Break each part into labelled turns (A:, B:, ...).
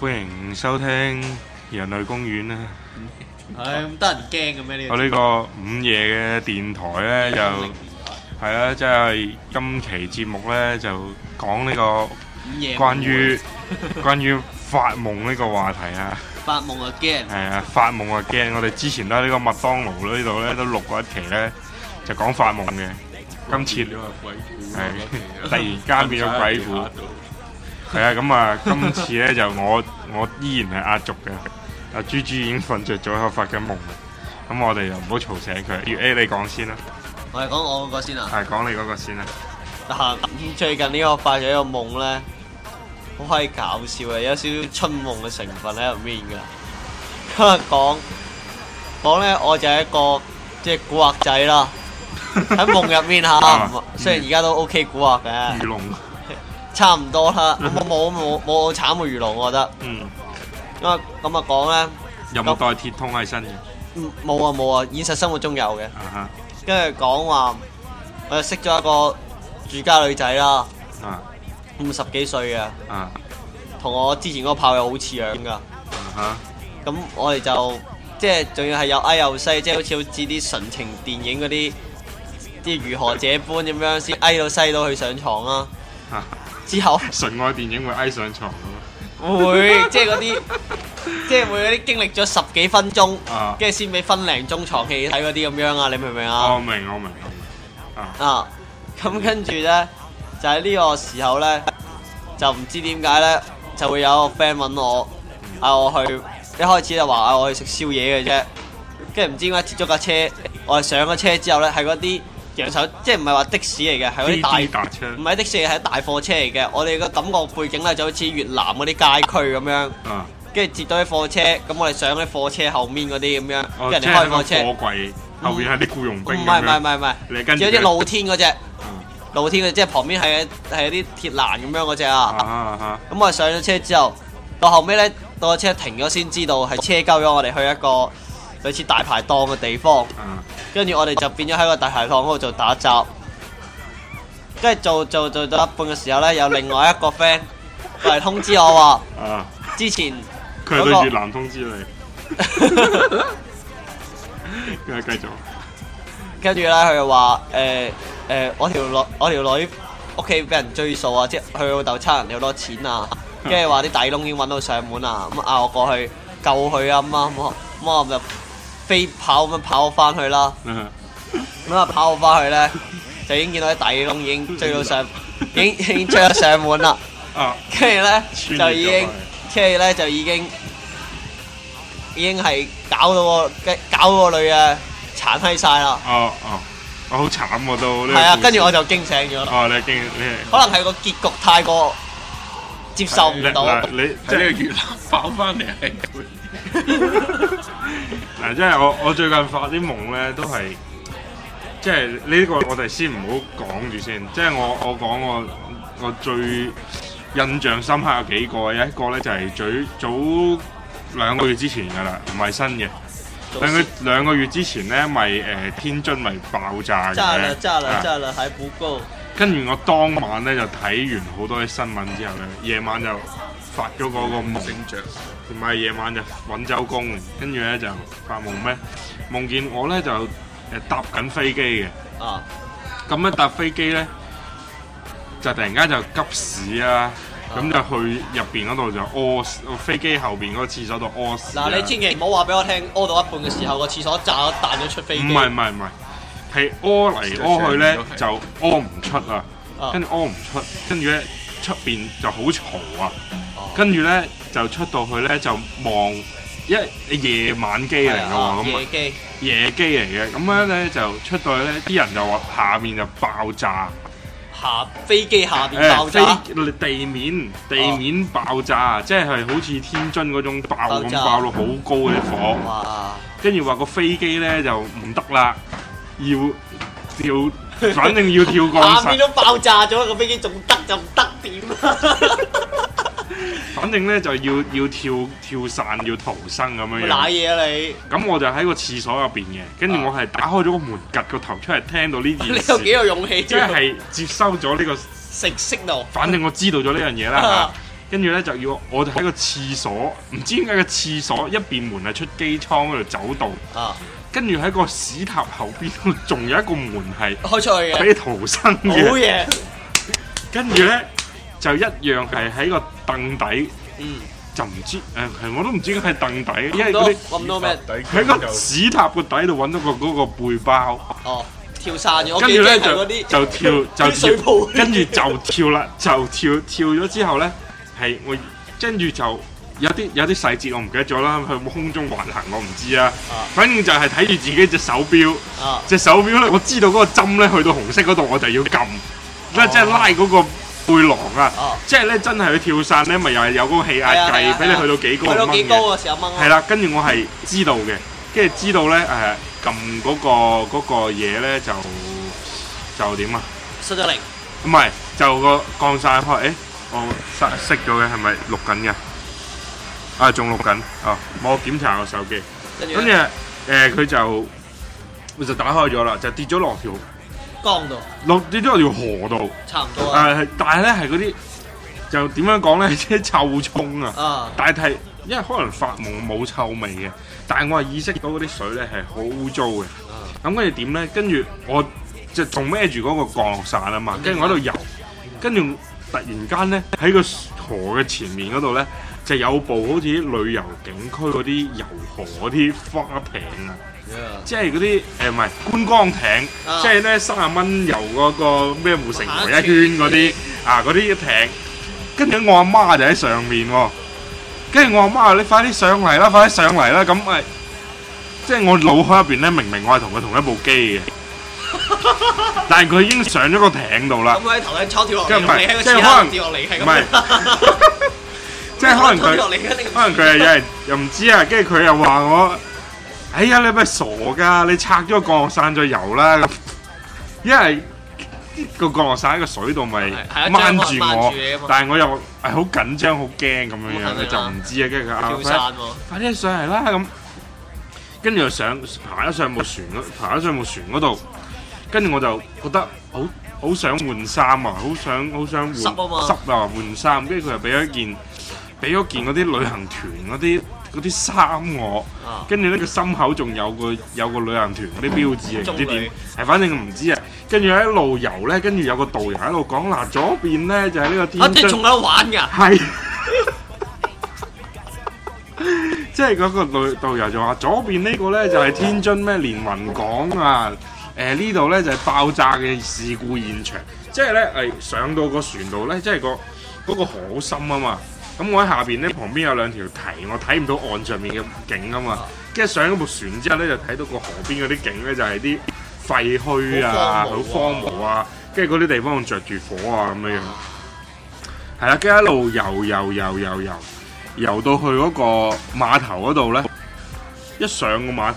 A: 歡迎收聽人類公園啊！
B: 唉，咁得人驚嘅咩呢個
A: 我呢個午夜嘅電台呢，就係啦，即係今期節目呢，就講呢個
B: 午夜夢
A: 關於
B: 回
A: 關於發夢呢個話題啊，
B: 發夢啊驚，
A: 係啊，發夢啊驚！我哋之前都喺呢個麥當勞呢度呢，都錄過一期呢，就講發夢嘅，今 次
C: 你話鬼故
A: 係
C: 啊嗰期啊
A: 突然間變咗鬼故
C: 瞓曬喺地下度
A: 係啊，咁啊，今次咧就我 我依然係壓軸嘅，阿豬豬已經瞓着咗喺度發緊夢啦。咁我哋又唔好嘈醒佢。月 A 你講先啦，
B: 我係講我嗰個先啊。
A: 係講你嗰個先啦。
B: 嗱，咁最近呢個發咗一個夢咧，好閪搞笑嘅，有少少春夢嘅成分喺入面㗎。咁 啊講講咧，我就係一個即係古惑仔啦，喺夢入面啊嚇
A: 啊，
B: 雖然而家都 OK 古惑
A: 魚
B: 嘅，
A: 龍，
B: 差唔多啦，冇冇冇冇慘過魚龍，我覺得。
A: 嗯，
B: 咁啊咁啊講咧，
A: 有冇帶鐵通喺身嘅？
B: 嗯冇啊冇啊，現實生活中有嘅。
A: 啊
B: 跟住講話，我就識咗一個住家女仔啦，
A: 哈，啊
B: 五十幾歲嘅，
A: 啊
B: 同我之前嗰個炮友好似樣噶。
A: 啊哈，
B: 咁我哋就即係仲要係又矮又細，即係好似好似啲純情電影嗰啲啲如何這般咁樣，先哎矮到細到去上床啦。
A: 啊
B: 之後
A: 純愛電影會挨上床嘅
B: 會即係嗰啲，即係會嗰啲經歷咗十幾分鐘，
A: 喎啊，
B: 跟住先俾分零鐘床戲睇嗰啲咁樣啊，你明唔明啊？
A: 哦我明我明我明啊，
B: 啊，咁跟住咧，就喺呢個時候咧，就唔知點解咧，就會有個 friend 揾我，嗌我去，一開始就話嗌我去食宵夜嘅啫，跟住唔知點解截咗架車，我係上咗車之後咧，係嗰啲揚手，即係唔係話的士嚟嘅，係嗰啲
A: 滴滴
B: 大。
A: 搭車
B: 唔係的士，係大貨車嚟嘅。我哋個感覺背景咧就好似越南嗰啲街區咁樣，
A: 啊，
B: 跟住截到啲貨車，咁我哋上嗰啲貨車後面嗰啲咁樣，
A: 哦，
B: 跟
A: 即
B: 住人哋
A: 係
B: 開
A: 個
B: 貨車。嗯
A: 貨櫃後邊係啲僱傭
B: 唔
A: 兵咁
B: 係唔係唔
A: 樣，
B: 係唔係，
A: 你跟住
B: 有啲
A: 佢
B: 露天嗰只。
A: 嗯
B: 露天嘅，即係旁邊係係啲鐵欄咁樣嗰只
A: 啊
B: 啊。
A: 啊哈，
B: 咁我上咗車之後，到後尾咧，到個車停咗先知道係車鳩咗我哋去一個類似大排檔嘅地方，
A: 啊
B: 跟住我哋就變咗喺個大排檔嗰度做打雜。跟住做做做到一半嘅時候咧，有另外一個 friend 過嚟通知我話，
A: 啊，
B: 之前
A: 佢
B: 嗰個
A: 對越南通知你。 跟住繼續，啊
B: 跟住咧，佢就話誒誒，我條女我條女屋企俾人追數啊，即係佢老豆差人哋好多錢啊，跟住話啲底窿已經揾到上門啊，咁嗌我過去救佢啊，咁啊咁啊咁我就飛跑咁樣跑翻去啦，
A: 嗯
B: 咁啊跑翻去咧就已經見到啲底窿已經追到上，已經已經追到上門啦，
A: 啊，
B: 跟住咧就
A: 穿
B: 已
A: 越咗
B: 經
A: 佢，
B: 跟住咧就已經已經係搞到個搞到個女啊殘閪晒啦，
A: 哦哦，我好慘喎都，呢個
B: 係啊，
A: 故事
B: 跟住我就驚醒咗啦。
A: 哦你經你係
B: 可能係個結局太過接受唔
A: 你
B: 到，
A: 嗱你
C: 喺
A: 即係
C: 呢個越南跑翻嚟係會
A: 嗱即係我我最近發啲夢咧都係，即係呢個我哋先唔好講住先，即係我我講我我最印象深刻有幾個，有一個咧就係最早兩個月之前㗎啦，唔係新嘅。兩個兩個月之前咧，咪誒天津咪爆炸嘅，
B: 炸了炸了
A: 啊
B: 炸了還不夠，
A: 跟住我當晚咧就睇完好多啲新聞之後咧，夜晚就發咗嗰個夢，
C: 正着，
A: 唔係夜晚就揾周公，跟住咧就發夢咩？夢見我咧就誒、搭緊飛機嘅，
B: 啊
A: 咁一搭飛機咧就突然間就急屎啊！咁就去入邊嗰度就屙屎，飛機後邊嗰個廁所度屙屎啊。
B: 嗱你千祈唔好話俾我聽，屙到一半嘅時候個廁所炸咗彈咗出飛機，
A: 唔係唔係唔係，係屙嚟屙去咧就屙唔出啊，
B: 啊
A: 跟住屙唔出，跟住咧出邊就好嘈啊，
B: 哦
A: 跟住咧就出到去咧就望一夜晚機嚟嘅
B: 係啊
A: 喎，咁啊
B: 夜機
A: 夜機嚟嘅，咁樣咧就出到去咧啲人就話下面就爆炸，
B: 下飛機下邊
A: 誒
B: 爆炸，
A: 飛地面地面爆炸，即係好似天津嗰種爆
B: 爆
A: 咁
B: 炸
A: 爆到好高嘅啲火。
B: 哇！
A: 跟住話個飛機咧就唔得啦，要跳，反正要 跳降
B: 下
A: 神，
B: 面都爆炸咗，個飛機仲得就唔得 點啊？
A: 哎反正咧就要要跳跳傘要逃生咁樣
B: 賴
A: 樣。
B: 嘢啊你！
A: 咁我就喺個廁所入邊嘅，跟住我係打開咗個門，趌個頭出嚟聽到呢件
B: 啊 你有幾
A: 事，
B: 有勇氣
A: 即
B: 啫？
A: 係接收咗呢個，
B: 食 signal 啊
A: 反正我知道咗呢樣嘢啦跟住咧就要我哋喺個廁所，唔知點解個廁所一邊門係出機艙嗰度走道，
B: 啊，
A: 跟住喺個屎塔後邊嗰度仲有一個門 係
B: 開出去嘅，
A: 俾逃生
B: 好
A: 嘅，
B: 嘢，
A: 跟住咧就一樣係喺個凳底，
B: 嗯，
A: 就唔知誒、係我都唔知點解係凳底，因
B: 咁
A: 為
B: 多
A: 嗰啲
B: 咁多咩？
A: 喺個屎塔個底度揾到個嗰個背包。
B: 哦，跳傘嘅，我
A: 跟
B: 記
A: 住
B: 得
A: 咧
B: 係
A: 就
B: 嗰啲
A: 就跳就
B: 啲水
A: 跳
B: 泡，
A: 跟住就跳啦，就跳跳咗之後咧，係我跟住就有啲有啲細節我唔記得咗啦，佢空中滑行我唔知啊
B: 啊，
A: 反正就係睇住自己隻手錶，
B: 啊，
A: 隻手錶咧我知道嗰個針咧去到紅色嗰度我就要撳，咧即係拉嗰個背囊啊
B: 哦，
A: 即係咧真係去跳傘咧咪又係有嗰個氣壓
B: 係啊係
A: 計
B: 啊
A: 俾你去到幾
B: 去
A: 高
B: 到幾
A: 掹
B: 高
A: 嘅。
B: 嘅時候掹
A: 係啦，跟住我係知道嘅，跟住知道咧誒撳嗰個嗰個嘢咧就就點啊？
B: 失咗靈，
A: 唔係就個降晒開，誒、我熄熄咗嘅係咪錄緊嘅？啊，仲錄緊啊！我檢查個手機，
B: 跟住
A: 跟住
B: 咧
A: 誒佢就佢就打開咗啦，就跌咗落條
B: 江度
A: 落跌咗落條河度
B: 差唔多啊，
A: 誒、但係咧係嗰啲就點樣講咧，即係臭衝啊！
B: 啊，
A: 但係因為可能發夢冇臭味嘅，但係我係意識到嗰啲水咧係好污糟嘅。咁跟住點咧？跟住我就仲孭住嗰個降落傘啊嘛，跟住我喺度游，跟住突然間咧喺個河嘅前面嗰度咧就有部好似啲旅遊景區嗰啲遊河嗰啲花艇啊，即係嗰啲誒唔係觀光艇，
B: 啊
A: 即係咧三十蚊遊嗰個咩護城河一圈嗰啲啊嗰啲艇，跟住我阿媽就喺上面喎、跟住我阿媽話：你快啲上嚟啦，快啲上嚟啦！咁咪即係我腦海入邊咧，明明我係同佢同一部 機嘅，但係佢已經上咗個艇度啦
B: 咁。佢喺頭頂抽跳落
A: 跟
B: 嚟，
A: 住唔
B: 你喺
A: 係，
B: 個
A: 即
B: 屎
A: 係可
B: 坑
A: 能唔係 即係可能
B: 度跌落嚟係咁樣，，抽
A: 佢
B: 跳落嚟一定
A: 可能佢係有人又唔知啊，跟住佢又話我：哎呀，你係咪傻㗎！你拆咗個降落傘再游啦！咁因為個降落傘喺個水度咪
B: 係係一張
A: 掹住
B: 掹
A: 我
B: 住你啊嘛，
A: 但係我又係好緊張、好驚咁樣樣
B: 咁肯定
A: 咧，
B: 啦
A: 就唔知啊。跟住佢
B: 跳
A: 啊，快
B: 傘喎，
A: 快啲上嚟啦咁。跟住就上爬咗上部船嗰，爬咗上部船嗰度，跟住我就覺得好好想換衫啊，好想好想換
B: 濕啊嘛
A: 濕啊換衫，跟住佢又俾咗一件俾咗件嗰啲旅行團嗰啲嗰啲衫我，
B: 啊，
A: 跟住呢個心口仲有個有個旅行團嗰啲標誌啊，唔知
B: 中
A: 點
B: 旅，
A: 係反正唔知啊。跟住喺路遊咧，跟住有個導遊喺度講嗱，左邊咧就係呢個天
B: 啊即係
A: 津
B: 仲喺度玩㗎，
A: 係，即係嗰個導導遊就話左邊呢個咧就係天津咩連雲港啊，誒呢度咧就係爆炸嘅事故現場，即係咧誒上到個船度咧，即係個嗰個河好深啊嘛，咁我喺下邊咧旁邊有兩條啊堤，我睇唔到岸上面嘅景啊嘛，跟住上咗部船之後咧就睇到個河邊嗰啲景咧就係啲廢墟啊，好
B: 好荒蕪
A: 荒
B: 啊
A: 蕪啊，跟住嗰啲地方仲着住火啊咁樣樣。係啦，跟住一路游游游游游，游到去嗰個碼頭嗰度咧，一上個碼頭，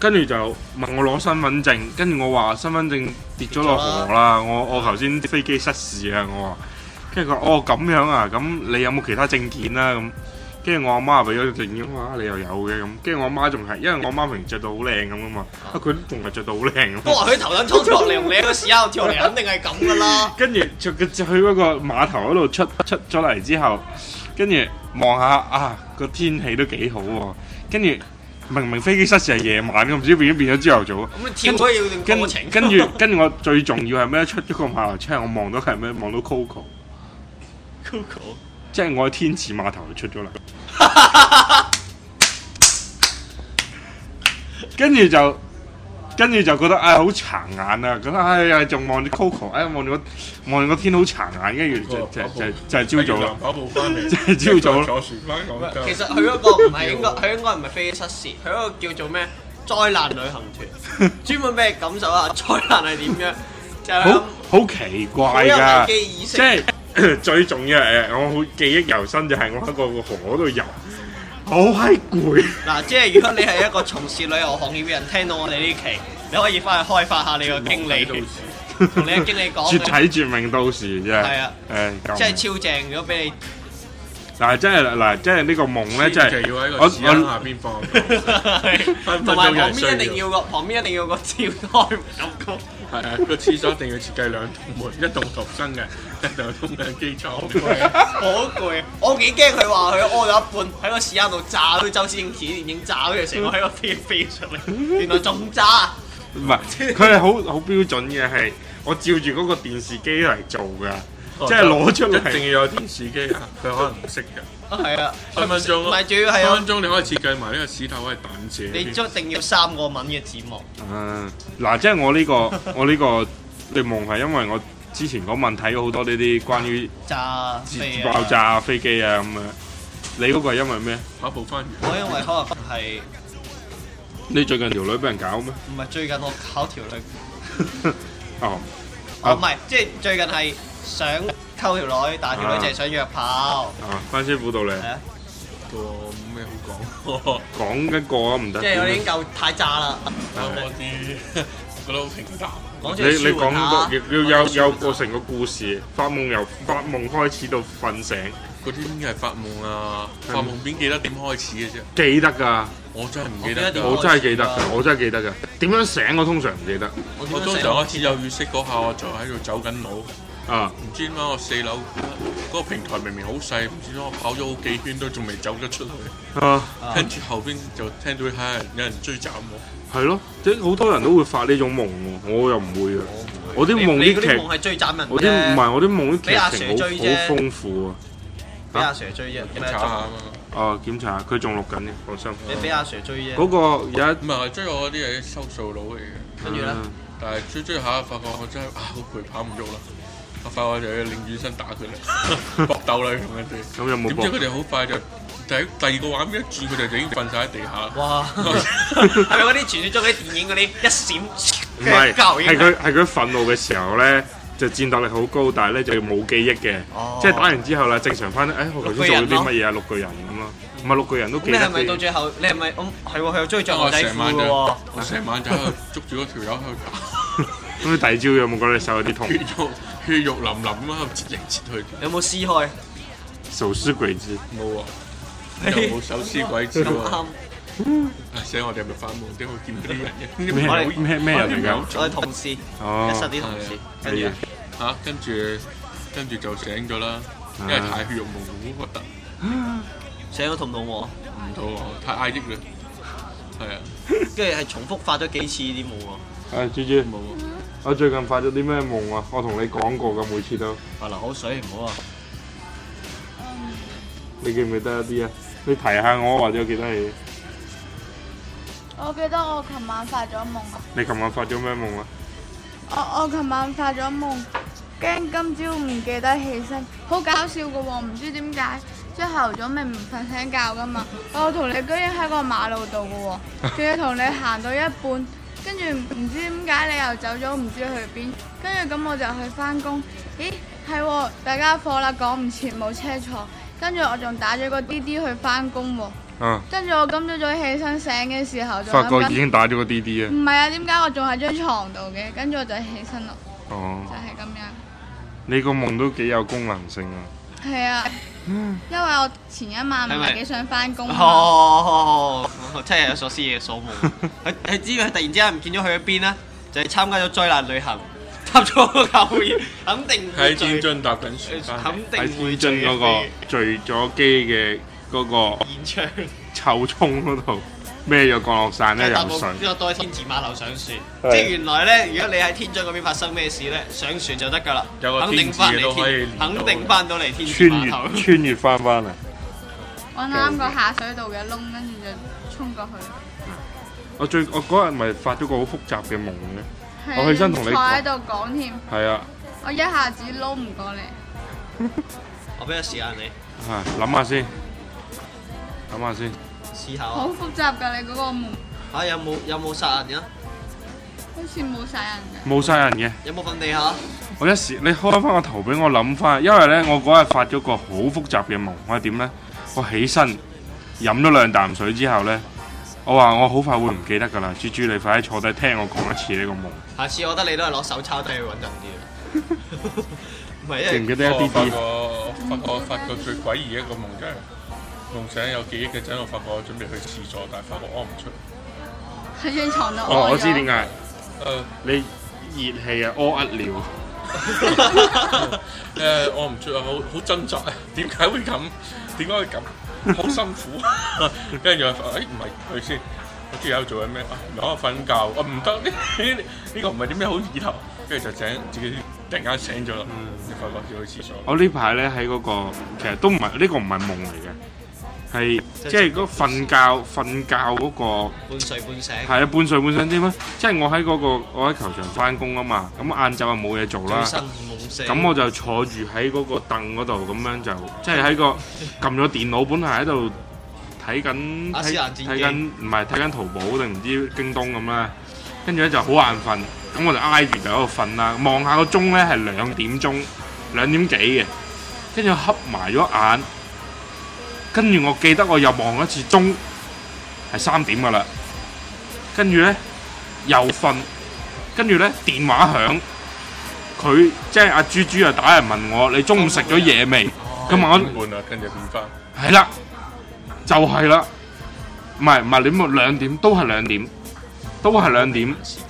A: 跟住就問我攞身份證，跟住我話身份證跌咗落河啦，我我頭先飛機失事啊，我話，跟住佢話哦咁樣啊，咁你有冇其他證件啊咁？跟住我阿媽俾咗證件，我話啊你又有嘅咁，跟住我阿媽仲係，因為我阿媽平時着到好靚咁噶嘛，啊佢都仲係着到好靚
B: 都
A: 咁。
B: 話佢頭頂抽跳落嚟，同你喺個屎坑度跳落嚟，肯定係咁㗎啦，
A: 跟住就佢就去嗰個碼頭嗰度出出咗嚟之後，跟住望下啊個天氣都幾好喎、跟住明明飛機失事係夜晚，咁唔知變咗變咗朝頭早。
B: 咁你跳咗要
A: 跟
B: 段過程，
A: 跟住跟住我最重要係咩？出咗個碼頭之後，我望到係咩？望到 Coco，
B: Coco
A: 即係我喺天池碼頭就出咗嚟。跟住就跟住就覺得唉好殘眼啊！覺得唉呀仲望住 Coco，唉望住個望住個天好殘眼，跟住就就就就就係朝早啦。
C: 跑步翻嚟，
A: 即係朝早啦
C: 坐船翻廣州。
B: 其實佢嗰個唔係應該，佢應該唔係飛機失事，佢嗰個叫做咩災難旅行 團，專門俾你感受下災難係點樣，就係
A: 好
B: 咁
A: 好奇
B: 好
A: 怪
B: 有
A: 㗎，
B: 危機意識
A: 即。係 最重要係誒，我好記憶猶新就係我喺個河嗰度遊，好閪攰。
B: 嗱，即係如果你係一個從事旅遊行業嘅人，聽到我哋呢期，你可以翻去開發下你個經理，
C: 係
B: 同 你嘅經理講
A: 絕，體絕命到時啫。
B: 係啊
A: 誒，
B: 即係
A: 咁
B: 超正。如果俾你
A: 嗱，真係嗱，真係呢個夢咧，真
C: 千祈要喺
A: 係
C: 個屎坑下
A: 我
C: 邊放，分
B: 同
C: 分
B: 埋
C: 鐘有
B: 旁
C: 人需
B: 邊
C: 要
B: 一定要個，旁邊一定要個照開門咁高。
C: 係啊，個廁所一定要設計兩棟門，一棟逃生嘅，一棟通向機艙。
B: 好攰，我幾驚佢話佢屙咗一半喺個屎坑度炸到周星馳電影炸，跟住成個喺個飛飛上嚟，原來仲炸。
A: 我唔係佢係好好標準嘅，係我照住嗰個電視機嚟做㗎，即係攞出
C: 一
A: 嚟
C: 定要有電視機啊！佢可能唔識嘅，
B: 啊，係啊，
C: 分分鐘
B: 唔
C: 咯
B: 係，主要係
C: 分
B: 啊
C: 分，鐘你可以設計埋呢個屎頭係彈射。
B: 你一定要三個文嘅字幕。
A: 啊！嗱，即係我呢個 我呢個嘅夢係因為我之前嗰晚睇咗好多呢啲關於
B: 炸飛啊
A: 爆！炸啊飛機啊咁樣，你嗰個係因為咩？
C: 跑步翻完，
B: 我因為可能係
A: 你最近條女俾人 搞咩？
B: 唔係最近我考條女，
A: 哦，
B: 哦唔係，即係最近係想溝條女，但係條女淨係想約炮，
A: 啊，翻師傅到你
B: 係啊，
C: 個冇咩好講。
A: 講一個啊，唔得。
B: 即係我已經夠太炸啦。
C: 我啲覺得好平淡。
B: 講出
A: 你
B: 嚟
A: 你
B: 舒
A: 講
B: 緩下
A: 個要要有有個成個故事，發夢由發夢開始到瞓醒，
C: 嗰啲應該係發夢啊！
A: 係
C: 發夢邊記得點開始嘅啫？
A: 記得㗎，
C: 我真係唔記得
B: 我記得點
C: 㗎。
A: 我真係記得
B: 開始
A: 㗎，
B: 㗎
A: 我真係記得㗎。點樣醒我通常唔記得
B: 我
C: 我通常開始有意識嗰下，我就喺度走緊路，唔
A: 啊，
C: 知點解我四樓嗰個平台明明好細，唔知點解我跑咗好幾圈都仲未走得出去，
A: 啊
C: 跟住後邊就聽到係有人追斬我，
A: 係咯，即係好多人都會發呢種夢喎，我又唔會嘅。我啲
B: 你
A: 夢
B: 你
A: 啲
B: 嗰啲夢
A: 劇，
B: 係追斬人
A: 我啲唔
B: 啫，
A: 係我啲夢啲
B: 俾阿
A: 劇
B: Sir
A: 情好
B: 追啫
A: 好豐富啊。
B: 俾阿 Sir 追啫，有
C: 檢
B: 咩
C: 查下
B: 做？
C: 啊嘛，
A: 啊，檢查下佢仲錄緊嘅，放心。
B: 你俾阿 Sir 追啫，
A: 嗰個有一
C: 唔係啊追我嗰啲係收數佬嚟嘅，
B: 跟住咧，
A: 啊
C: 但係追追下發覺我真係啊好攰，跑唔喐啦。我發覺我就要擰轉身打佢啦，搏鬥啦咁樣對。
A: 咁有冇
C: 點知
A: 播
C: 佢？哋好快就第一第二個畫面一轉，佢哋就已經瞓晒喺地下。
B: 哇！ 係咪嗰啲傳説中嗰啲電影嗰啲一閃？
A: 唔係，
B: 跟住嚿已
A: 係
B: 經
A: 佢係佢憤怒嘅時候咧，就戰鬥力好高，但係咧就冇記憶嘅，
B: 哦
A: 即係打完之後啦，正常翻，誒、我頭先做咗啲乜嘢啊？六巨人咁咯，唔係六巨人都記
B: 你
A: 得
B: 係咪到
A: 嘅。
B: 最後？你係咪咁係喎？佢又中意着牛
C: 我
B: 仔
C: 成
B: 褲
C: 晚
B: 嘅
C: 就
B: 喎。
C: 我成晚就喺度捉住嗰條友喺度打，
A: 咁你第二朝有冇覺得你手有 啲痛
C: 血？肉血肉淋淋咁喺度切嚟切去，
B: 你有冇撕開？
A: 手撕鬼子，
C: 冇啊！又冇手撕鬼子
B: 咁
C: 喎！
B: 啱，
C: 啊死我哋係咪發夢？點會見到啊 啲人嘅？
A: 咩人咩
B: 我哋
A: 咩人嚟㗎？
B: 我哋同事，一室
A: 哦，
B: 啲同事，
A: 係
B: 跟
A: 嘅
B: 住，
C: 嚇，跟住跟住就醒咗啦，
A: 啊
C: 因為太血肉模糊好核突，
B: 醒咗肚唔肚餓？
C: 唔到我太壓抑啦。係啊，
B: 跟住係重複發咗幾次啲冇喎。
A: 誒豬豬，
C: 冇啊！
A: 我最近發咗啲咩夢啊？我同你講過㗎，每次都，
B: 啊流口水唔好啊！
A: 你記唔記得一啲啊？你提下我或者我記得你，
D: 我記得我琴晚發咗夢，
A: 你琴晚發咗咩夢啊？
D: 我我琴晚發咗夢，驚今朝唔記得起身，好搞笑嘅喎，唔知點解。朝頭早咪唔瞓醒覺 噶嘛，我同你居然喺個馬路度嘅喎，仲要同你行到一半，跟住唔知點解你又走咗唔知去邊，跟住咁我就去翻工，咦係喎，大家課啦，趕唔切冇車坐，跟住我仲打咗個滴滴去翻工喎，
A: 啊，
D: 跟住我今朝早起身醒嘅時候就
A: 發
D: 諗
A: 覺已
D: 緊。
A: 經打咗個 D D 啊。
D: 唔係啊，點解我仲喺張床度嘅？跟住我就起身咯，
A: 哦
D: 就，係咁樣。
A: 你個夢都幾有功能性啊！
D: 係啊，因為我前一晚唔
B: 係咪
D: 係幾想翻工嘛，
B: 哦，真係有所思夜所夢。佢佢知佢突然之間唔見咗去咗邊咧，就係參加咗災難旅行，搭咗個救護員，肯定會
C: 喺
B: 醉
C: 天，津搭緊船翻嚟，
A: 喺
B: 肯定會
A: 天
B: 醉
A: 津嗰
B: 嘅
A: 個聚咗機嘅嗰個
B: 現場。
A: 臭涌嗰度孭咗降落傘咧游水，
B: 呢個都喺天字碼頭上船，
A: 係
B: 即係原來咧，如果你喺天津嗰邊發生咩事咧，上船就得㗎啦，
C: 有個
B: 肯定
C: 天字
B: 翻
C: 都可以
B: 嚟
C: 連
B: 天，
C: 到
B: 肯定翻到嚟天字
A: 穿
B: 碼
A: 越
B: 頭。
A: 穿越翻翻嚟。
D: 揾啱個下水道嘅窿，跟住就衝過去。
A: 我最我嗰日咪發咗個好複雜嘅夢嘅，
D: 係啊
A: 我起身同你
D: 坐喺度講添，
A: 係啊，
D: 我一下子撈唔過你。
B: 我俾個時間你
A: 啊諗下先，諗下先，
B: 思考
D: 好
B: 啊
D: 複雜㗎你嗰個夢，
B: 嚇，有冇有冇殺人啊？
D: 好似冇晒人㗎。
A: 冇晒人嘅。
B: 有冇瞓地下？
A: 我一時你開翻個頭俾我諗翻，因為咧我嗰日發咗個好複雜嘅夢，我係點咧？我起身飲咗兩啖水之後咧，我話我好快會唔記得㗎啦。豬豬你快啲坐低聽我講一次呢個夢。
B: 下次 我覺得你都係攞手抄低去穩陣啲啊。唔係
A: 記
B: 因
A: 唔
B: 為
C: 哦
A: 記得一啲
C: 我發
A: 啲
C: 覺？我發覺發覺最詭異一個夢就係夢醒有記憶嘅陣，我發覺我準備去廁所，但係發覺屙唔出。
D: 喺張床度
A: 哦，我知點
D: 解。
A: 解，
C: 誒、
A: 你熱氣啊，屙一尿。
C: 誒、我唔出啊，好好掙扎啊！ 點解會咁？點解會咁？好辛苦。 跟住我發，誒唔係佢先，我知喺度做緊咩？啊唔係我瞓覺，啊唔得呢呢呢個唔係啲咩好意頭。跟住就醒，自己突然間醒咗啦，
B: 嗯
C: 就發覺要去廁所。
A: 我呢排咧喺嗰個，其實都唔係呢個唔係夢嚟嘅，係即係嗰瞓覺瞓覺嗰、個。
B: 半睡半醒，
A: 係啊，半睡半醒添啊！即係我喺嗰、個我喺球場翻工啊嘛，咁晏晝啊冇嘢做啦
B: 醉，生夢死。
A: 咁我就坐住喺嗰個凳嗰度，咁樣就即係喺個撳咗電腦，本來喺度睇緊
B: 阿
A: 睇
B: 斯蘭戰記
A: 睇緊唔係睇緊淘寶定唔知京東咁啦，跟住咧就好眼瞓，咁我就挨住就喺度瞓啦，望下個鐘咧係兩點鐘兩點幾嘅，跟住黑埋咗眼，跟住我記得我又望一次鐘係三點噶啦，跟住咧又瞓，跟住咧電話響。佢即係阿豬豬啊，打嚟問我你中午食咗嘢未？咁
C: 跟住
A: 我
C: 點半啊，跟住 變翻。
A: 係啦，就係啦，唔係唔係，你咪兩點都係兩點，都係兩點，
B: 時間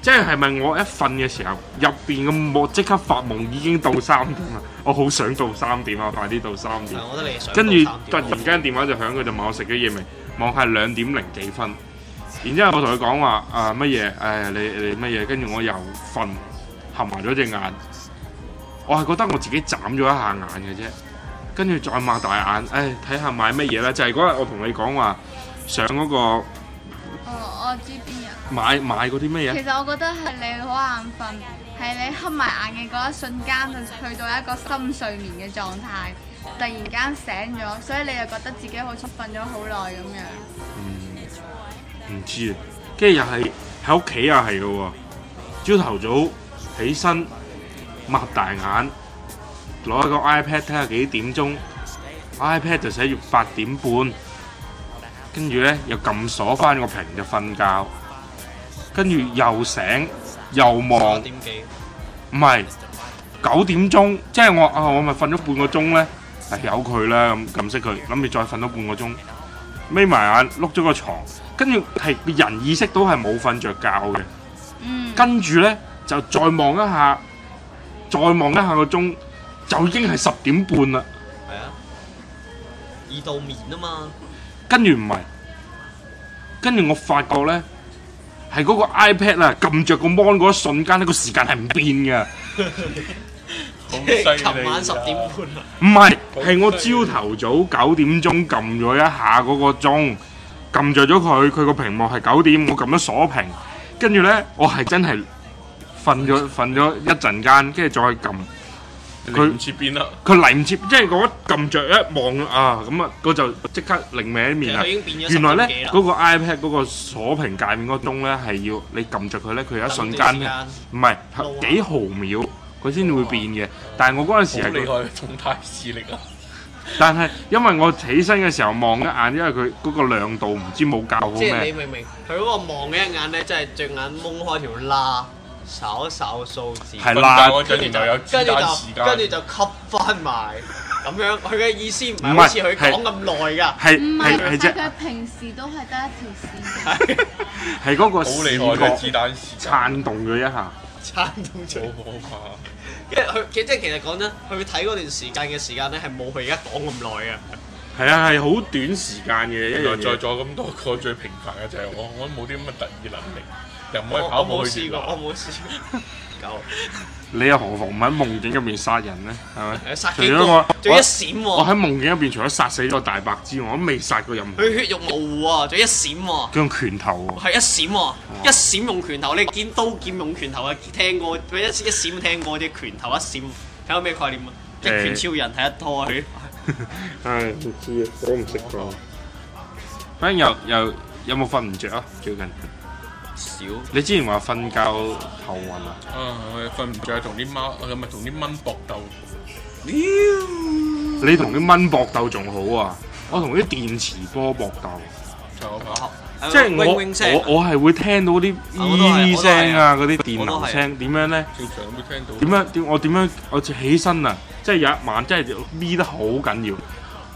A: 即係係咪我一瞓嘅時候入邊嘅夢即刻發夢已經到三點啦？我好想到三點啊，快啲到三點
B: 但係。我覺得你係想
A: 跟住
B: 到三
A: 突
B: 點
A: 然間電話就響，佢就問我食咗嘢未，望下兩點零幾分。然之後我同佢講話啊乜嘢？誒、你你乜嘢？跟住我又瞓，合埋咗隻眼。我係覺得我自己眨咗一下眼嘅啫，跟住再擘大眼，誒睇下買乜嘢啦。就係嗰日我同你講話上嗰、個
D: 哦，我知邊人。
A: 買買嗰啲乜嘢
D: 其實我覺得係你好眼瞓，係你黑埋眼嘅嗰一瞬間就去到一個深睡眠嘅狀態，突然間醒咗，所以你就覺得自己好似瞓咗好耐咁樣。
A: 唔知啊。跟住又係喺屋企又係嘅喎，朝頭早起身擘大眼，攞個 iPad 睇下幾點鐘，iPad 就寫住八點半，跟住呢又撳鎖翻個屏就瞓覺，跟住又醒又望
B: 九。點幾，
A: 唔係九點鐘，即係我啊，我咪瞓咗半個鐘咧，唉由佢啦咁撳熄佢，諗住再瞓多半個鐘，眯埋眼碌咗個床，跟住係個人意識到係冇瞓着覺嘅，
D: 嗯，
A: 跟住咧就再望一下，再望一下個鐘，就已經係十點半啦，
B: 係啊，二度眠啊嘛，
A: 跟住唔係，跟住我發覺咧。係嗰個 iPad 啊，撳着個 mon 嗰一瞬間咧，個時間係唔變嘅。
C: 好犀利啊！
B: 琴晚十點半啊，
A: 唔係，係我朝頭早九點鐘撳咗一下嗰個鐘，撳着咗佢，佢個屏幕係九點，我撳咗鎖屏，跟住呢，我係真係瞓咗瞓咗一陣間，跟住再撳，
C: 佢唔知邊啦。
A: 佢嚟唔切，即係我一撳着一望啊，咁啊，我就即刻擰歪
B: 其
A: 面
B: 實
A: 啦
B: 佢。已經變咗十
A: 原來呢
B: 點幾啦
A: 嗰、個 iPad 嗰個鎖屏界面嗰個鐘呢，係要你撳着佢呢，佢有一瞬間呢，唔係幾毫秒，佢先會變嘅。但係我嗰陣
C: 好
A: 時係
C: 厲害，重大視力啊！
A: 但係因為我起身嘅時候望一眼，因為佢嗰個亮度唔知冇校好
B: 即係你
A: 咩，
B: 明唔明？佢嗰個望嘅一眼咧，真係隻眼蒙開條罅，稍稍數字，
A: 係啦
C: 但，嗰
B: 跟
C: 陣
B: 住
C: 原
B: 就
C: 來有子
B: 跟住
C: 彈時
B: 就跟住
C: 間。
B: 就吸翻埋咁樣。佢嘅意思唔
A: 唔
B: 係
A: 係
B: 好似佢講咁耐㗎，
A: 係
D: 唔
A: 係
D: 係，
A: 係
D: 係
A: 啫，
D: 佢平時都係得一條線。
B: 係
A: 係嗰個
C: 好厲害嘅子
A: 視覺
C: 彈時間，好
A: 撐動咗一下，
B: 撐到出。
C: 可怕。
B: 跟住佢即係其實講真，佢睇嗰段時間嘅時間咧，係冇佢而家講咁耐㗎。
A: 係啊係好短時間嘅一
C: 原來
A: 樣
C: 在
A: 嘢，
C: 座咁多個最平凡嘅就係我，我都冇啲咁嘅特異能力，又唔可以
B: 我
C: 跑
B: 我冇
C: 步去
B: 試
C: 越
B: 過，我
C: 南，
B: 冇試過。夠。
A: 你又何妨唔喺夢境入面殺人呢？係咪？
B: 殺
A: 除
B: 幾
A: 咗
B: 個
A: 我，
B: 仲一閃
A: 我我
B: 喎，
A: 喺夢境入邊除咗殺死咗大白之外，我都未殺過任何，
B: 佢血肉模糊喎，仲一閃喎。
A: 佢用拳頭喎。
B: 係一閃喎、一閃用拳頭，你見刀劍用拳頭啊？聽過，佢一閃一閃聽過啫，拳頭一閃，睇下咩概念啊？一拳超人睇得多佢，
A: 唉，唔知啊，我唔識講。反正又又有冇瞓唔着啊？最近
B: 少
A: 你之前話瞓覺頭暈啊？
C: 啊，我瞓唔着，同啲貓，咁咪同啲蚊搏鬥，
A: 你同啲蚊搏鬥仲好啊，我同啲電磁波搏鬥，
C: 就我怕。
B: 係咪
A: 即係我
B: wing-wing 聲啊
A: 我我係會聽到啲
B: 啊我都係
A: 咿聲啊，嗰啲電
B: 我都
A: 流
B: 係
A: 聲點樣咧？
C: 正常有冇聽到？
A: 點樣點我點樣我起身啊！即係有一晚真係咪得好緊要，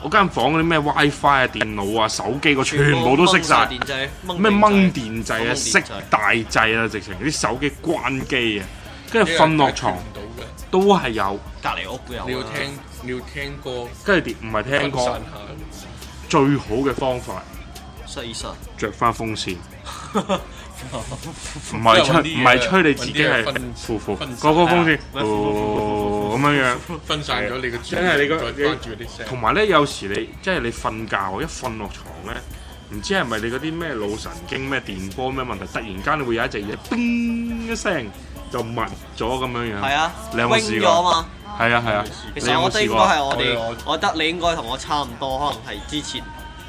A: 我間房嗰啲咩 WiFi 啊、電腦啊、手機個全部都熄晒，
B: 電掣，
A: 咩掹電掣
B: 掹
A: 啊、
B: 電掣
A: 熄大掣啊，直情啲手機關機啊，跟住
C: 呢個
A: 瞓落
C: 解決
A: 床
C: 唔到嘅，
A: 都係有，
B: 隔離屋嘅有啊。
C: 你要聽你要聽歌
A: 跟住唔係聽
C: 分
A: 歌
C: 散，下。
A: 最好嘅方法
B: 室醫生，
A: 着翻風 扇。唔
C: 即
A: 係
C: 係
A: 吹
C: 搵啲
A: 唔
C: 嘢
A: 係吹你自己係
C: 搵啲嘢分
A: 扶扶
C: 分
A: 個個風扇
C: 散
B: 啊
A: 哦咁樣樣，
C: 分散咗你嘅注意
A: 真係你
C: 力，
A: 個
C: 再關注啲聲
A: 同。埋咧有時你即係你瞓覺一瞓落床咧，唔知係咪你嗰啲咩腦神經咩電波咩問題，突然間你會有一隻嘢叮一聲就密咗咁樣樣。
B: 係啊，
A: 你有冇
B: wing
A: 試
B: 咗
A: 過？
B: 嘛？
A: 係啊係啊，
B: 其
A: 你
B: 實
A: 有
B: 我
A: 冇
B: 覺
A: 試
B: 得應該
A: 過啊？
B: 係我
C: 我
B: 哋
C: 哋，
B: 我覺得你應該同我差唔多，可能係之前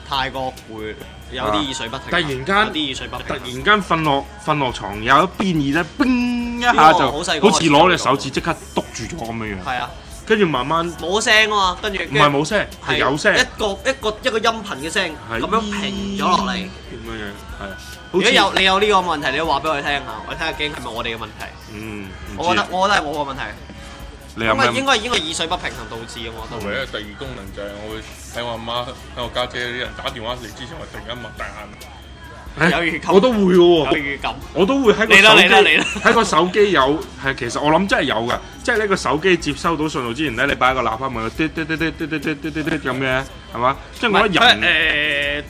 B: 太過攰，有啲耳水不停啊。
A: 突然間
B: 有啲耳水不停啊。
A: 突然間瞓落瞓落床有一邊耳咧，叮一下就好
B: 呢個好
A: 似
B: 細個開始
A: 攞你
B: 就
A: 手指即刻篤住咗咁樣樣，
B: 係啊，
A: 跟住慢慢唔
B: 冇聲啊嘛，跟住唔
A: 係冇聲，係
B: 係
A: 有聲。
B: 一個一個一個音頻嘅聲
A: 係
B: 咁樣平咗落嚟。
A: 咁樣樣係。
B: 如
A: 好
B: 果
A: 似
B: 有你有呢個問題，你都話俾我哋聽下，我睇下究竟係咪我哋嘅問題。
A: 嗯，唔
B: 我覺
A: 知
B: 得
A: 啊
B: 我覺得係我個問題，
A: 你有
B: 因為
A: 咩
B: 應該應該耳水不平衡導致嘅，我覺
C: 同
B: 得。
C: 埋咧，第二功能就係我會喺我阿媽、喺我家姐啲人打電話嚟之前，我突然間擘大眼，
A: 唉
B: 有預感
A: 我都會嘅
B: 有
A: 喎，
B: 預感，
A: 我都會喺個
B: 嚟啦
A: 手
B: 嚟啦嚟啦
A: 機喺個手機有係其實我諗真係有㗎，即係呢個手機接收到信號之前咧，你擺個喇叭咪滴滴滴滴滴滴滴滴滴咁嘅係嘛？即係我覺得人
B: 人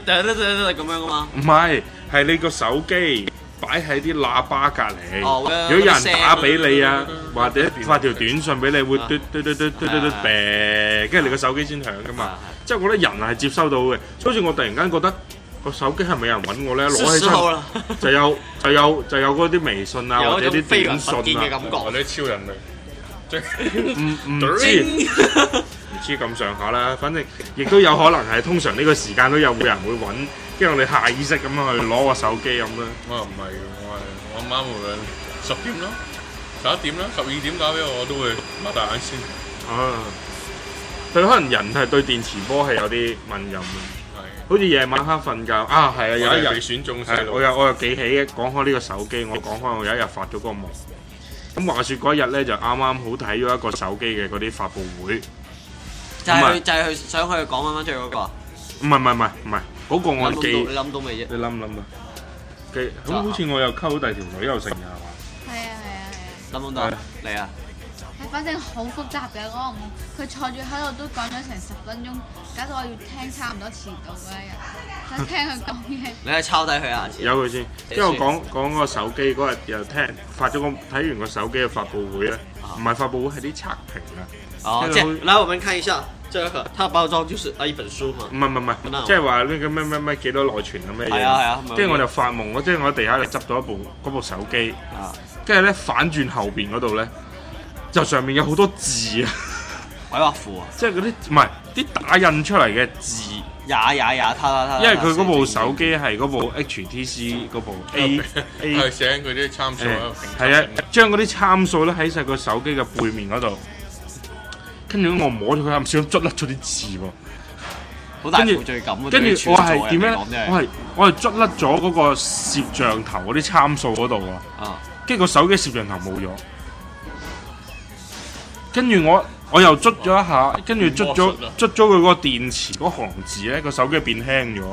B: 誒咁樣噶嘛。
A: 唔係係你個手機。擺喺啲喇叭隔離，
B: 哦
A: 如
B: 會啊
A: 果有人
B: 嗰啲聲
A: 打俾你啊，或者
C: 電
A: 發條短信俾你，會
B: 啊
A: 嘟嘟嘟嘟嘟嘟嘟
B: 啊
A: 啤，跟住你個手機先響㗎嘛。
B: 啊
A: 即係我覺得人係接收到嘅，所以我突然間覺得個手機係咪有人揾我咧？
B: 係
A: 攞起
B: 失手啦，
A: 身就有就有就有嗰啲微信啊，
B: 有
A: 或
B: 一
A: 者
B: 種
A: 啲
B: 非
A: 短
B: 人不見
A: 信
B: 嘅
A: 啊，
B: 感
C: 我
B: 覺。
C: 哋哦超人類，即係
A: 唔唔知 唔
B: 叮
A: 知咁上下啦。反正亦都有可能係通常呢個時間都有會有人會揾，跟住我哋下意識咁樣去攞個手機咁啦。
C: 我又唔係嘅，我係我阿媽無論十點啦、十一點啦、十二點打俾我，我都會擘大眼先。
A: 啊，對，可能人係對電磁波係有啲敏感嘅，
C: 係，
A: 好似夜晚黑瞓覺啊，係啊，有一
C: 有一
A: 日
C: 日。選中細
A: 係，我
C: 路，
A: 又我又記起嘅，講開呢個手機，我講開我有一日發咗個夢。咁話説嗰一日咧，就啱啱好睇咗一個手機嘅嗰啲發佈會，
B: 就係佢就係佢想佢講翻翻出去嗰個。
A: 唔係唔係唔係唔係，嗰、個我
B: 諗到
A: 記，
B: 你諗到未啫？
A: 你諗唔諗啊？記，好好似我又溝第條女又成嘅係
D: 係啊係啊係啊。
B: 諗唔到嚟啊！
D: 係，反正好複雜嘅嗰個夢，佢坐住喺度都講咗成十分鐘，搞到我要聽差唔多遲到嗰一日，就聽佢講嘢。
B: 你係抄低佢啊！
A: 嘛？有佢先，因為我講講嗰個手機嗰日又聽發咗個睇完個手機嘅發佈會咧，唔係發佈會係啲測評啊。
B: 哦，
A: Hello
B: 這樣來我們看一下這個，它的包裝就是啊一本書嘛。
A: 唔係唔係唔係，即係話呢個咩咩咩幾多內存啊咩嘢？
B: 啊係啊係啊
A: 跟住我就發夢，我即係我喺地下就執到一部嗰部手機。
B: 啊，
A: 跟住咧反轉後邊嗰度咧，就上面有好多字 啊，
B: 鬼畫符啊！
A: 即係嗰啲唔係啲打印出嚟嘅字，
B: 呀呀呀，他他他。
A: 因為佢嗰部手機係嗰
B: 啊
A: 部 HTC 嗰部 A
C: 係
A: A
C: 寫佢啲參數
A: 誒
C: 喺度評
A: 係啊
C: 級，
A: 將嗰啲參數咧喺晒個手機嘅背面嗰度，跟住我摸咗佢，唔小心捽甩咗啲字喎。
B: 好大負罪感啊！
A: 跟
B: 對
A: 住
B: 於
A: 我
B: 處女座
A: 係點
B: 人
A: 咧
B: 嚟講真？係
A: 我係我係捽甩咗嗰個攝像頭嗰啲參數嗰度啊！
B: 啊，
A: 跟住個手機攝像頭冇咗，跟住我我又捽咗一下，跟住捽咗
C: 魔術啊
A: 捽咗佢個電池嗰行字咧，個手機變輕咗，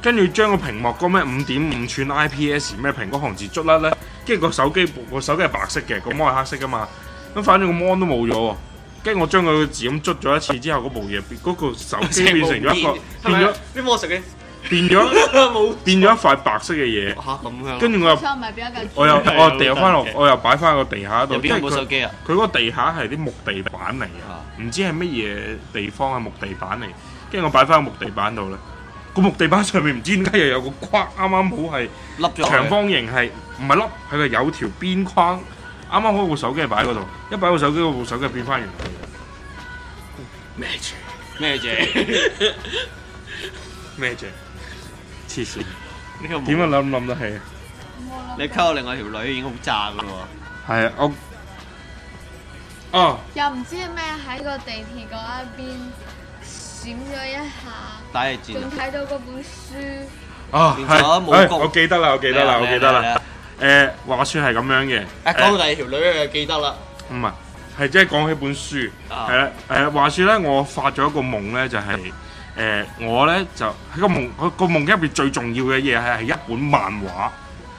A: 跟住將個屏幕嗰咩五點五寸 IPS 咩屏嗰行字捽甩咧，跟住個手機部個手機係白色嘅，個 mon 係黑色噶嘛，咁反正個 mon 都冇咗喎。跟住我將佢個字咁捽咗一次之後，嗰部嘢變嗰、個手 機變成咗一個
B: 係
A: 變
B: 咪
A: 咗
B: 啊啲魔 術嘅
A: 變咗
B: 冇
A: 變咗一塊白色嘅嘢，
B: 嚇咁樣。啊
A: 跟住我又
D: 所以我咪變咗嚿
A: 我又
B: 係
A: 我掉翻落
B: 有得嘅
A: 我又擺翻個地下度，
B: 入
A: 即
B: 邊
A: 係
B: 有冇
A: 佢
B: 手機啊？
A: 佢嗰個地下係啲木地板嚟
B: 啊
A: 嘅，唔知係乜嘢地方嘅木地板嚟。跟住我擺翻個木地板度咧，個木地板上面唔知點解又有個框，啱啱好係
B: 笠咗佢
A: 長方形，係唔係粒？係佢有條邊框，啱啱好部手機係擺喺嗰度，一擺部手機，嗰部手機變翻原來
B: 咩啫？
A: 嘅咩啫？黐線，
B: 呢個冇
A: 點解？啊諗諗得起？
D: 冇
B: 你
D: 諗
B: 溝我另外條女已經好渣噶喎。
A: 係啊，我哦，
D: 又唔知咩喺個地鐵嗰一邊閃咗一下，
B: 打野戰
D: 仲
B: 啊！
D: 睇到嗰本書，
A: 啊，
B: 變咗
A: 係，
B: 冇
A: 哎
B: 谷
A: 我記得啦，我記
B: Dạ,
A: 得啦，我記得
B: 嚟
A: 啦
B: 啊。
A: 誒，話説係咁樣嘅，
B: 啊，
A: 誒
B: 講到第二條女我就記得啦。
A: 唔係，係即係講起本書，
B: 啊
A: 係啦、誒話説咧，我發咗一個夢咧，就係、誒、我咧就喺個夢個個夢入邊最重要嘅嘢係係一本漫畫，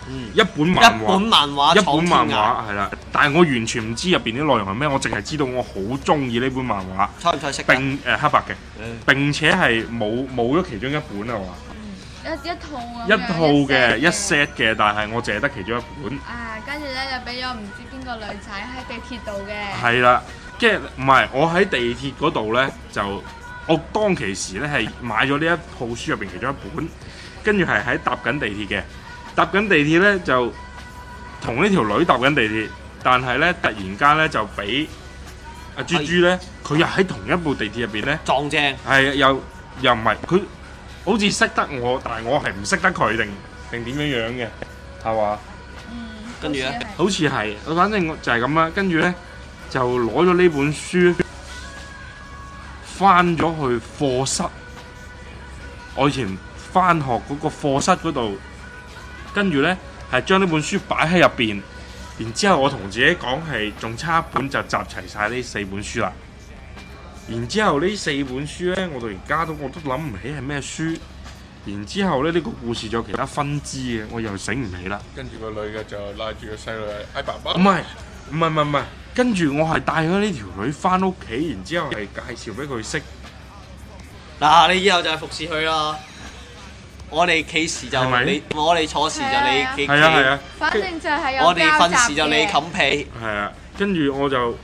B: 嗯，
A: 一本
B: 一
A: 漫
B: 本
A: 畫，
B: 漫畫，
A: 一本漫
B: 畫，
A: 畫係啦，但係我完全唔知入邊啲內容係咩，我淨係知道我好中意呢本漫畫，
B: 猜唔猜識㗎？
A: 並誒、黑白嘅，
B: 嗯
A: 並且係冇冇咗其中一本啊話，
D: 一一套咁
A: 一
D: 樣
A: 套嘅一
D: set 嘅
A: set 嘅，但係我淨係得其中一本。
D: 啊，跟住咧就俾咗唔知邊個女仔喺地鐵度嘅，
A: 係啦，跟住唔係我喺地鐵嗰度呢，就我當其時呢係買咗呢一套書入邊其中一本，跟住係喺搭緊地鐵嘅，搭緊地鐵呢，就同呢條女搭緊地鐵，但係呢，突然間呢，就俾阿豬豬呢，佢又喺同一部地鐵入邊呢，
B: 撞正，
A: 係又又唔係佢好似識得我，但係我係唔識得佢定定點樣樣嘅，係嘛？
D: 嗯，
B: 跟住呢
D: 好似係
A: 好似係，反正我就係咁啦。跟住呢，就攞咗呢本書翻咗去課室。我以前翻學嗰個課室嗰度，跟住呢，係將呢本書擺喺入邊，然之後我同自己講係仲差一本就集齊晒呢四本書啦。然之後呢四本書呢，我到而家都我都諗唔起係咩書。然之後呢，呢、個故事仲有其他分支嘅，我又醒唔起啦。
C: 跟住個女嘅就拉住個細路仔，嗌爸爸。
A: 唔係唔係唔係唔係，跟住我係帶咗呢條女翻屋企，然之後係介紹俾佢識，
B: 嗱你以後就係服侍佢啦。我哋企時就
A: 係咪
B: 你，我哋坐時就你企企，
A: 係啊係啊，
D: 反正就係有
B: 我哋
D: 交集
B: 瞓時就你
D: 嘅
B: 冚被。
A: 係啊，跟住我就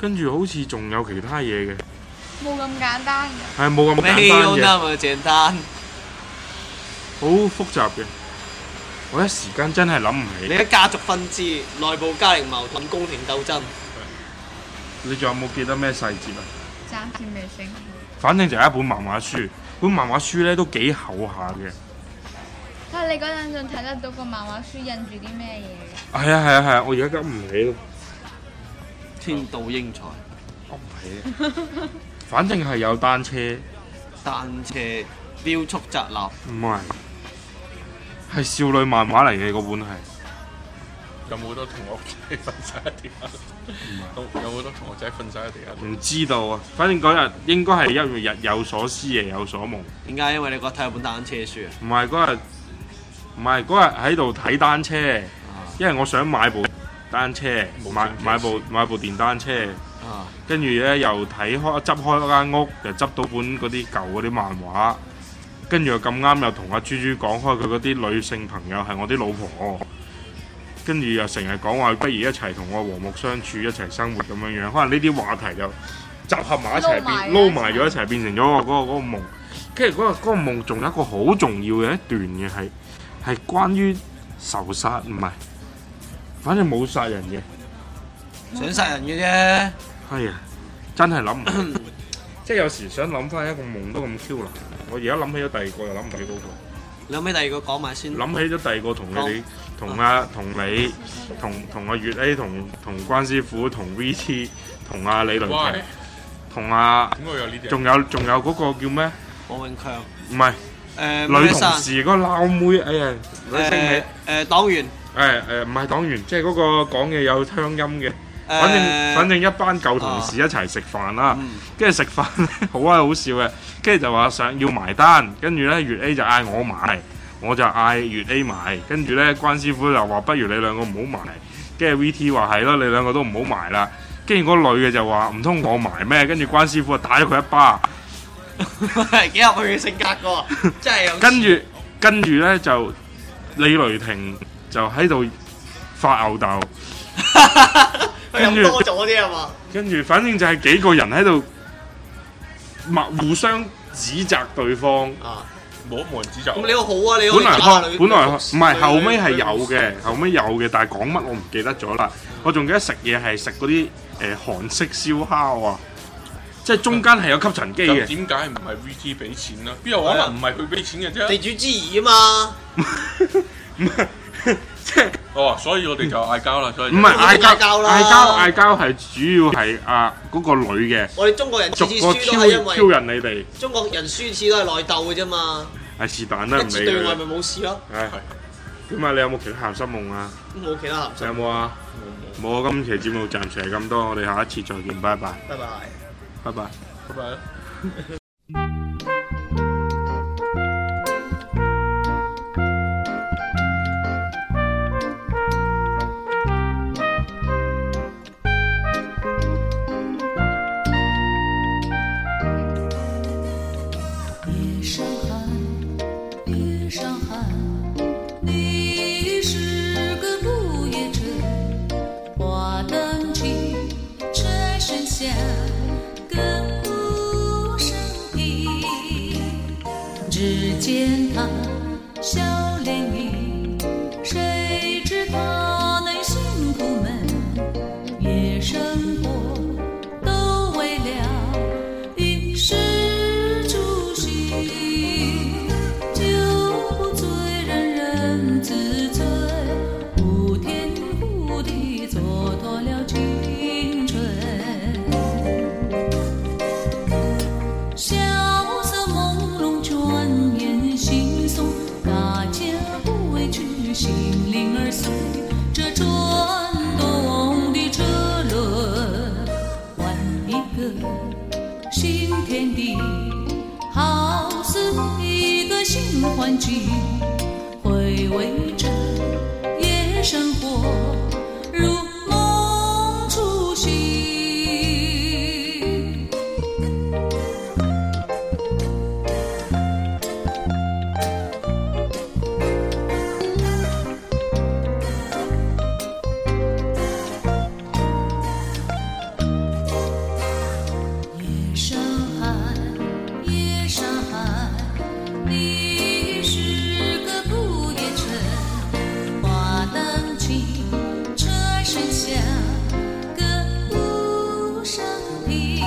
A: 跟住好似仲有其他嘢嘅，
D: 冇咁簡單嘅。
A: 係冇咁
B: 沒
A: 簡
B: 有
A: 單
B: 那
A: 嘅，
B: 麼簡單。
A: 好複雜嘅，我一時間真係諗唔
B: 你
A: 起。
B: 嘅家族分支、內部家庭矛盾、宮廷鬥爭，
A: 你仲有冇記得咩細節啊？
D: 暫時未醒起，
A: 反正就係一本漫畫書，本漫畫書咧都幾厚下嘅。
D: 但係你嗰陣仲睇得到個漫畫書印住啲咩嘢
A: 係啊係啊係啊，我而家急唔起咯。
B: 天妒英才，
A: 我唔起啊， 反正係有單車。
B: 單車雕速宅男，
A: 唔係，係少女漫畫嚟嘅嗰本係，
C: 有冇好多同學仔瞓晒喺地下？有有好多同學仔瞓晒喺地下？
A: 唔知道啊。反正嗰日應該係一日有所思夜有所夢，唔
B: 點解？因為你覺得睇有本單車書啊。
A: 係嗰日，唔係嗰日喺度睇單車，因為我想買部單車，
C: 冇
A: 買
C: 錢
A: 買部買部電單車，
B: 啊，
A: 跟住咧又睇開執開間屋，又執到本嗰啲舊嗰啲漫畫。跟住又咁啱又同阿豬豬講開佢嗰啲女性朋友係我啲老婆，跟住又成日講話不如一齊同我和睦相處，一齊生活咁樣樣。可能呢啲話題就集合埋一齊變撈
D: 撈
A: 埋
D: 埋
A: 咗
D: 咗
A: 一
D: 一
A: 齊，變成咗我嗰、個嗰、個夢。跟住嗰個嗰個夢仲有一個好重要嘅一段嘅係係關於仇殺，唔係，反正冇殺人嘅。
B: 想殺人嘅啫。
A: 係啊，真係諗唔起， 即係有時想諗翻一個夢都咁 Q 難。我而家諗起咗第二個，又諗唔起嗰、個。
B: 你有咩第二個講埋先？
A: 諗起咗第二個同你哋、同阿、同你、同同阿月 A、同同關師傅、同 VT、同阿李雷
C: 哇！
A: 霆、同阿
C: 點解會有呢啲人？
A: 仲有仲有嗰個叫咩？
B: 王永強，
A: 唔係
B: 誒
A: 女
B: 咩
A: 同
B: 生，
A: 事嗰個撈妹，哎呀，女星
B: 誒
A: 起，
B: 誒黨員，
A: 誒誒唔係黨員，即係嗰個講嘢有鄉音嘅。
B: 誒
A: 反正反正一班舊同事一齊食飯啦
B: 嗯，
A: 跟住食飯咧好啊好笑嘅，跟住就話想要埋單，跟住咧粵 A 就嗌我埋，我就嗌粵 A 埋，跟住咧關師傅就話不如你兩個唔好埋，跟住 VT 話係咯，你兩個都唔好埋啦，跟住嗰女嘅就話唔通我埋咩，跟住關師傅就打咗佢一巴，
B: 係幾合佢嘅性格㗎喎，真係 有。
A: 跟住跟住咧就李雷霆就喺度發吽豆。
B: 佢飲多咗啲係嘛？
A: 跟住反正就係幾個人喺度默互相指責對方。
B: 啊，
C: 冇冇人指責
B: 咁
C: 我。
B: 你好好啊，你可
A: 本
B: 以
A: 來
B: 打下女
A: 本來
B: 女
A: 唔
B: 服侍
A: 係後尾
B: 女
A: 係有
B: 女
A: 嘅，後尾有嘅，但係講乜我唔記得咗啦。我仲記得食嘢係食嗰啲誒韓式燒烤啊，即係中間係有吸塵機
C: 咁
A: 嘅。
C: 點解唔係 VT 俾錢啦？邊有可能唔係佢俾錢嘅啫？
B: 地主之誼啊嘛，
A: 唔係 即係
C: 哦，所以我哋就嗌交啦，所以
A: 唔係嗌交
B: 嗌交啦
A: 嗌交嗌交係主要係啊嗰個女嘅
B: 我哋中國人
A: 逐
B: 次次
A: 個
B: 輸都
A: 挑
B: 係因為
A: 挑人你哋。
B: 中國人輸次都係內鬥嘅啫嘛。
A: 係是但啦，唔
B: 一
A: 理
B: 致對
A: 佢
B: 外
A: 啦。
B: 咪冇事咯，
A: 唉，點啊？你有冇其他鹹濕夢啊？
B: 冇其他鹹
A: 你
B: 濕。
A: 有冇啊？冇啊！今期節目暫時係咁多，我哋下一次再見，拜拜，
B: 拜拜。
A: 拜拜。
C: 拜拜啦。
E: 夜上海，夜上海，你是个不夜城。华灯起，蝉声响，更无声息。只见他笑脸迎，谁知他内心苦闷。夜生活都为了一时助兴，酒不醉人人自醉，忽天忽地蹉跎了青春。萧瑟朦胧，转眼惺忪，大家不为去，心灵而随着转动的车轮，换一个新天地，好似一个新环境，回味着夜生活，如梦初醒。夜上海，夜上海，你是个不夜城。花灯起，车声响，歌舞升平。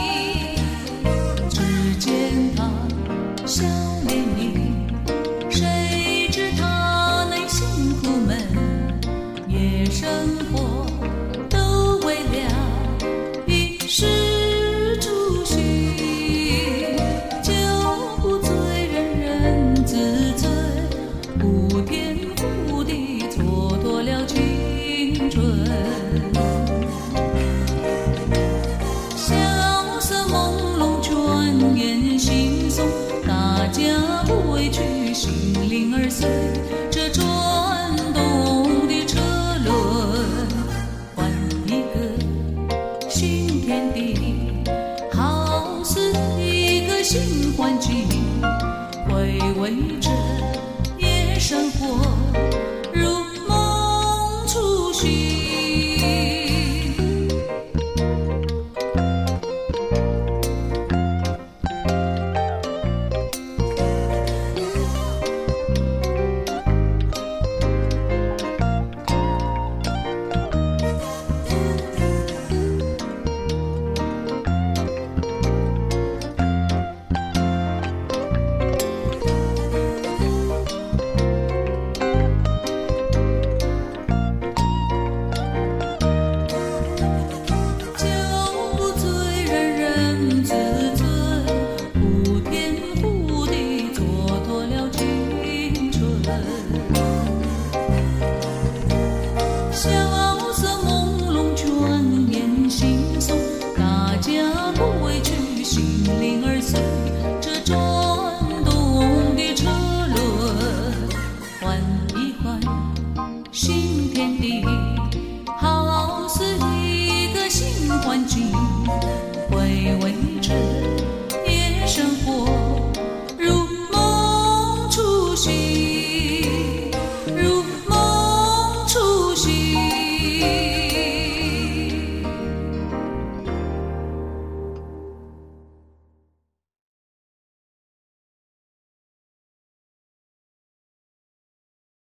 E: 只见他笑脸迎，谁知他内心苦闷。夜生活都为了一时助兴，酒不醉人人自醉，忽天忽地蹉跎了青春。萧瑟朦胧，转眼惺忪，大家不畏惧，心灵而随着转动的车轮，换一个新天地，好似一个新环境，回味着夜生活。